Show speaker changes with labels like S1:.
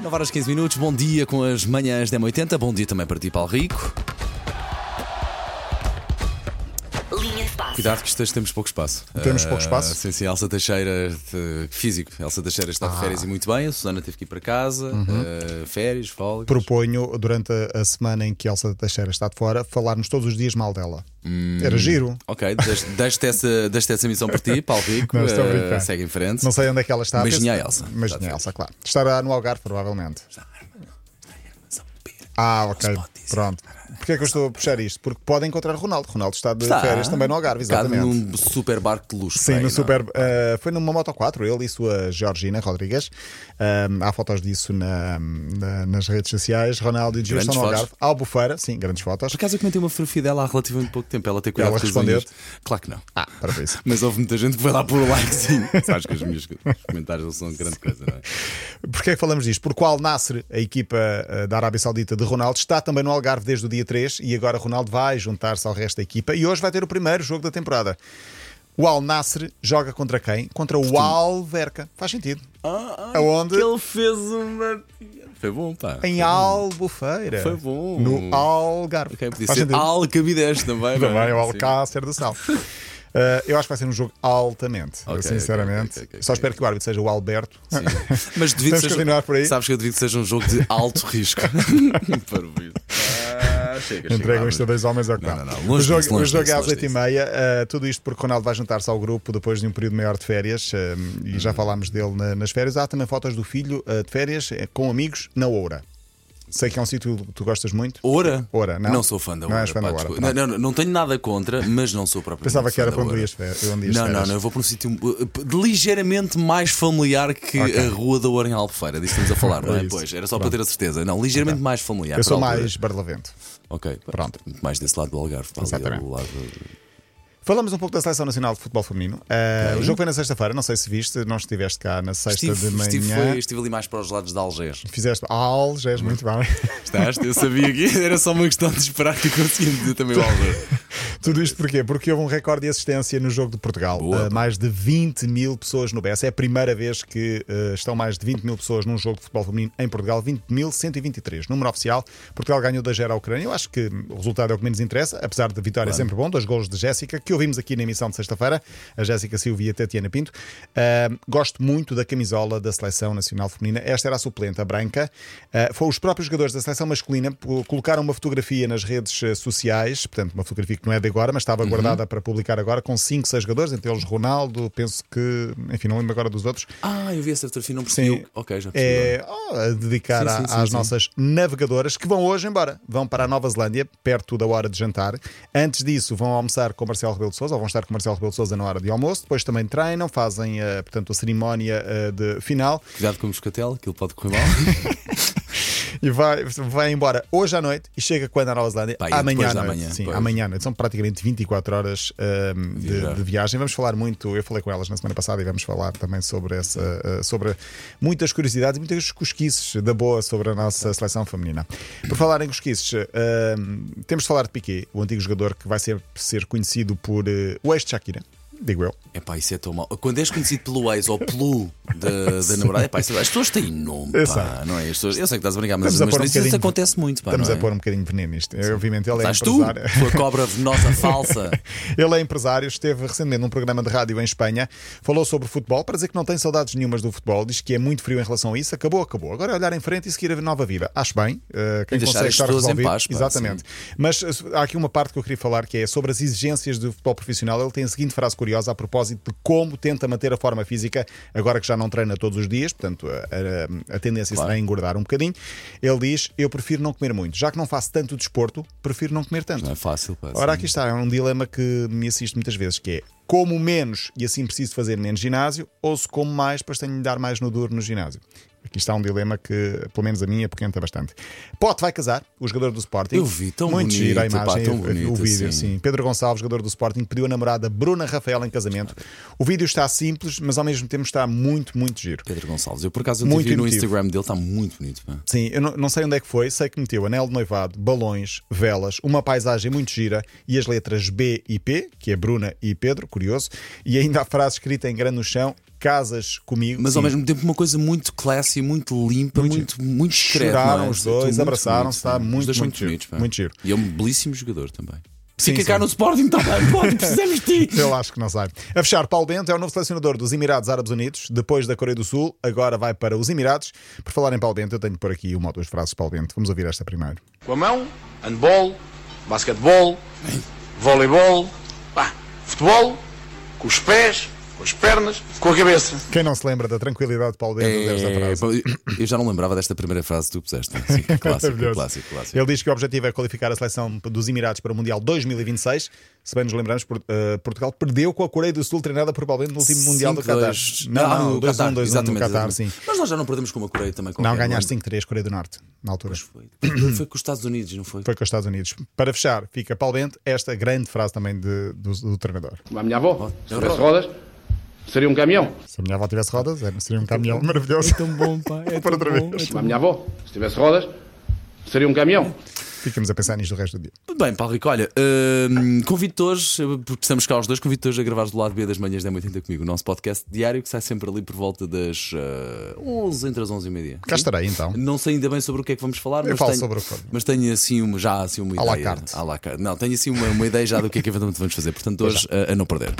S1: 9 horas 15 minutos, bom dia com as manhãs da M80, bom dia também para ti, Paulo Rico.
S2: Linha de passe.
S1: Cuidado que este- temos pouco espaço.
S3: Temos
S1: Ah,
S3: pouco espaço?
S1: Sim, sim, Elsa Teixeira, de- físico. Elsa Teixeira está
S3: Ah.
S1: de férias e muito bem, a Susana teve que ir para casa,
S3: Uhum.
S1: ah, férias, folga.
S3: Proponho, durante a, a semana em que Elsa Teixeira está de fora, falarmos todos os dias mal dela.
S1: Hum.
S3: Era giro.
S1: Ok, deixo- deixo-te essa, deixo essa missão para ti, Paulo Rico.
S3: Não, estou a
S1: ah,
S3: brincar.
S1: segue em frente.
S3: Não sei onde é que ela está.
S1: Mas
S3: penso-
S1: tinha a Elsa.
S3: Mas
S1: Está
S3: tinha a
S1: de
S3: Elsa, claro. Estará no Algarve, provavelmente. Ah, ok.
S1: pode dizer.
S3: Pronto. Porquê é que eu estou a puxar isto? Porque pode encontrar Ronaldo. Ronaldo está de
S1: Está.
S3: férias também no Algarve,
S1: Cabe
S3: exatamente.
S1: num super barco de luxo.
S3: Sim,
S1: bem,
S3: no
S1: não? é?
S3: super, eh, foi numa Moto 4, ele e sua Georgina Rodrigues. Ahm, há fotos disso na- na- nas redes sociais. Ronaldo e Gil
S1: Grandes
S3: estão no
S1: fotos.
S3: Algarve. Albufeira, sim, grandes fotos.
S1: Por acaso eu comentei uma fotografia dela há relativamente pouco tempo. Ela tem cuidado
S3: Ela
S1: com as
S3: respondeu?
S1: unhas. Claro que não.
S3: Ah, parabéns.
S1: Mas houve muita gente que foi lá por um likezinho. Sabes que os meus comentários não são grande coisa, não é?
S3: Porquê é que falamos disto? Porque o Al Nasser, a equipa eh, da Arábia Saudita de Ronaldo, está também no Algarve desde o dia 3 e agora Ronaldo vai juntar-se ao resto da equipa e hoje vai ter o primeiro jogo da temporada. O Al Nasser joga contra quem? Contra o Alverca. Faz sentido. Aonde?
S1: Ele fez uma. é? Foi bom, pá.
S3: É Em Albufeira.
S1: Foi bom.
S3: No Algarve.
S1: Ok, podia
S3: Faz
S1: ser
S3: sentido.
S1: Alcabidez também. não é?
S3: Também o
S1: Sim.
S3: Alcácer do Sal. Eh, eu acho que vai ser um jogo altamente,
S1: Ok,
S3: sinceramente.
S1: ok, ok, ok,
S3: Só
S1: ok.
S3: espero que o árbitro seja o Alberto.
S1: Sim. Mas devido
S3: Temos que
S1: seja-
S3: continuar por aí.
S1: Sabes que eu devido que seja um jogo de alto risco. Para o vídeo. Ah, chega, chega.
S3: Entregam
S1: lá,
S3: isto a dois homens ao campo.
S1: não, não,
S3: o
S1: longe
S3: jogo,
S1: disso, longe
S3: o jogo é
S1: disso,
S3: às
S1: longe
S3: 8 e meia. Eh, tudo isto porque Ronaldo vai juntar-se ao grupo depois de um período maior de férias. eh, e
S1: Uhum.
S3: já falámos dele na- nas férias. Há também fotos do filho eh, de férias eh, com amigos na Oura. Sei que é um sítio que tu gostas muito.
S1: Ora?
S3: Ora, não.
S1: Não sou fã da
S3: Não
S1: Ora.
S3: és fã
S1: pá,
S3: da Ora,
S1: desculpa.
S3: pronto.
S1: Não, não, não tenho nada contra, mas não sou próprio.
S3: Pensava que era para onde ias fe- onde ias
S1: Não, não,
S3: férias.
S1: não. Eu vou para um sítio uh, ligeiramente mais familiar que a Rua da Oura em Albufeira. Disso estamos a falar, não é?
S3: É isso.
S1: Pois, era só para ter a certeza. Não, ligeiramente mais familiar.
S3: Eu sou
S1: para a altura.
S3: mais Barlavento.
S1: Ok,
S3: Pronto.
S1: muito Mais desse lado do Algarve. pá, ali
S3: Exatamente.
S1: ao lado-
S3: Falamos um pouco da Seleção Nacional de Futebol Feminino. Eh, O jogo foi na sexta-feira, não sei se viste, não estiveste cá na sexta
S1: Estive,
S3: de manhã.
S1: estive, foi- Uhum. estive ali mais para os lados de Algés.
S3: Fizeste algés, muito bem.
S1: Estás? Eu sabia que era só uma questão de esperar que eu conseguia dizer também o Algés.
S3: Tudo isto porquê? Porque houve um recorde de assistência no jogo de Portugal.
S1: Boa.
S3: Uh, mais de 20 mil pessoas no BS. É a primeira vez que uh, estão mais de 20 mil pessoas num jogo de futebol feminino em Portugal. 20.123. Número oficial. Portugal ganhou 2-0 à Ucrânia. Eu acho que o resultado é o que menos interessa, apesar da vitória é sempre bom. Dois golos de Jéssica, que ouvimos aqui na emissão de sexta-feira. A Jéssica Silvia e a Tatiana Pinto. Uh, gosto muito da camisola da Seleção Nacional Feminina. Esta era a suplente, a branca. Uh, foram os próprios jogadores da Seleção Masculina pô, colocaram uma fotografia nas redes eh, sociais, portanto, uma fotografia que não é de agora, mas estava guardada para publicar agora, com 5, 6 jogadores, entre eles Ronaldo, penso que, enfim, não lembro agora dos outros.
S1: Ah, eu vi essa fotografia, não percebi. o- Ok, já percebi.
S3: É, oh, a dedicar
S1: Sim, sim,
S3: a-
S1: sim,
S3: às
S1: sim.
S3: nossas navegadoras que vão hoje embora. Vão para a Nova Zelândia, perto da hora de jantar. Antes disso, vão almoçar com Marcelo Rebelo de Souza, ou vão estar com Marcelo Rebelo de Souza na hora de almoço. Depois também treinam, fazem, eh, portanto, a cerimónia eh, de final.
S1: Cuidado com o moscatel, que ele pode correr mal.
S3: E vai, vai embora hoje à noite e chega quando à Nova Zelândia?
S1: Pá, e
S3: amanhã
S1: depois
S3: à
S1: da
S3: noite.
S1: manhã,
S3: Sim,
S1: pois.
S3: amanhã à noite. São praticamente 24 horas ahm, de,
S1: Viajar.
S3: de viagem. Vamos falar muito. Eu falei com elas na semana passada e vamos falar também sobre, essa, ah, sobre muitas curiosidades e muitas cosquices da boa sobre a nossa seleção feminina. Por falar em cosquices, ahm, temos de falar de Piquet, o antigo jogador que vai ser, ser conhecido por eh, o ex de Shakira, digo eu.
S1: É pá, isso é tão mal. Quando és conhecido pelo ex ou pelo da, da namorada, é pá, isso- as pessoas têm nome,
S3: Eu
S1: pá, não é? As pessoas, eu sei que estás a brincar, mas,
S3: Estamos a
S1: mas
S3: pôr um
S1: isso, isso
S3: bocadinho-
S1: acontece muito, pá.
S3: Estamos
S1: não
S3: a
S1: é?
S3: pôr um bocadinho de veneno nisto. Obviamente ele é
S1: Estás tu,
S3: empresário.
S1: com a cobra venenosa falsa.
S3: Ele é empresário, esteve recentemente num programa de rádio em Espanha, falou sobre futebol para dizer que não tem saudades nenhumas do futebol, diz que é muito frio em relação a isso, acabou, acabou. Agora é olhar em frente e seguir a nova vida. Acho bem, eh, quem
S1: E deixar
S3: consegue
S1: as
S3: estar
S1: pessoas em
S3: resolvido.
S1: paz, pá,
S3: Exatamente. Mas eh, há aqui uma parte que eu queria falar que é sobre as exigências do futebol profissional. Ele tem a seguinte frase curiosa a propósito de como tenta manter a forma física agora que já não treina todos os dias, portanto a, a- a tendência será engordar um bocadinho. Ele diz: Eu prefiro não comer muito, já que não faço tanto desporto, prefiro não comer tanto.
S1: Não é fácil, pá.
S3: Ora,
S1: assim.
S3: aqui está, é um dilema que me assiste muitas vezes, que é como menos e assim preciso fazer menos ginásio, ou se como mais, depois tenho de dar mais no duro no ginásio. Aqui está um dilema que, pelo menos a mim, apoquenta bastante. Pote vai casar, o jogador do Sporting.
S1: Eu vi, tão
S3: Muito
S1: bonito,
S3: giro a
S1: pá,
S3: imagem,
S1: tão
S3: o- o
S1: bonito,
S3: vídeo,
S1: assim.
S3: sim. Pedro Gonçalves, jogador do Sporting, pediu a namorada Bruna Rafael em casamento. O vídeo está simples, mas ao mesmo tempo está muito, muito giro.
S1: Pedro Gonçalves, eu por acaso eu
S3: Muito
S1: tive no
S3: emotivo.
S1: Instagram dele, está muito bonito, pá.
S3: Sim, eu não, não sei onde é que foi, sei que meteu anel de noivado, balões, velas, uma paisagem muito gira e as letras B e P, que é Bruna e Pedro, curioso, e ainda a frase escrita em grande no chão: casas comigo.
S1: Mas
S3: sim.
S1: ao mesmo tempo uma coisa muito classy, muito limpa,
S3: Muito
S1: muito, muito discreta.
S3: Choraram
S1: não é?
S3: os dois,
S1: Muito
S3: abraçaram-se,
S1: bonito,
S3: está
S1: sim.
S3: muito,
S1: Os dois
S3: muito
S1: muito
S3: giro,
S1: bonitos, pá.
S3: muito giro.
S1: E é um belíssimo jogador também.
S3: Sim,
S1: Fica
S3: sim.
S1: cá no Sporting também, pode, precisamos de ti.
S3: Eu acho que não sai. A fechar, Paulo Bento é o novo selecionador dos Emirados Árabes Unidos, depois da Coreia do Sul, agora vai para os Emirados. Por falar em Paulo Bento, eu tenho por aqui uma ou duas frases de Paulo Bento. Vamos ouvir esta primeiro.
S4: com a mão, handball, basquetebol, voleibol, pá, futebol, com os pés, com as pernas, com a cabeça.
S3: Quem não se lembra da tranquilidade de Paulo Bento a dizer esta
S1: É,
S3: frase?
S1: pá, eu- eu já não lembrava desta primeira frase que tu puseste. Sim, clássico,
S3: Maravilhoso.
S1: clássico, clássico.
S3: Ele diz que o objetivo é qualificar a seleção dos Emirados para o Mundial 2026. Se bem nos lembramos, Por- eh, Portugal perdeu com a Coreia do Sul, treinada por Paulo Bento no último Mundial do Qatar.
S1: 5-2.
S3: Não, um, não,
S1: no
S3: 2-1,
S1: Qatar,
S3: 2-1 no
S1: exatamente,
S3: Qatar,
S1: exatamente.
S3: sim.
S1: Mas nós já não perdemos com uma Coreia também.
S3: Não,
S1: qualquer,
S3: ganhaste 5-3, Coreia do Norte, na altura.
S1: Foi, foi- foi com os Estados Unidos, não foi?
S3: Foi com os Estados Unidos. Para fechar, fica Paulo Bento, esta grande frase também de- do, do treinador.
S5: A minha avó, se tivesse rodas, seria um caminhão.
S3: Se a minha avó tivesse rodas, era- seria um caminhão maravilhoso.
S1: É Tão bom, pá. É
S3: Por outra vez.
S5: A minha avó, se tivesse rodas, seria um caminhão.
S3: Ficamos a pensar nisto o resto do dia.
S1: Bem, Paulo Rico, olha, hum, convido-te hoje, porque estamos cá os dois, convido-te hoje a gravares do lado B das manhãs da M80 comigo, o nosso podcast diário que sai sempre ali por volta das eh, 11, entre as 11 e meia.
S3: Cá estarei então.
S1: Não sei ainda bem sobre o que é que vamos falar, mas
S3: falo
S1: tenho,
S3: sobre o que for.
S1: mas tenho assim uma, já assim uma
S3: À la
S1: ideia.
S3: carte.
S1: À la carte. Não, tenho assim uma, uma ideia já do que é que eventualmente vamos fazer. Portanto, hoje eh, a não perder.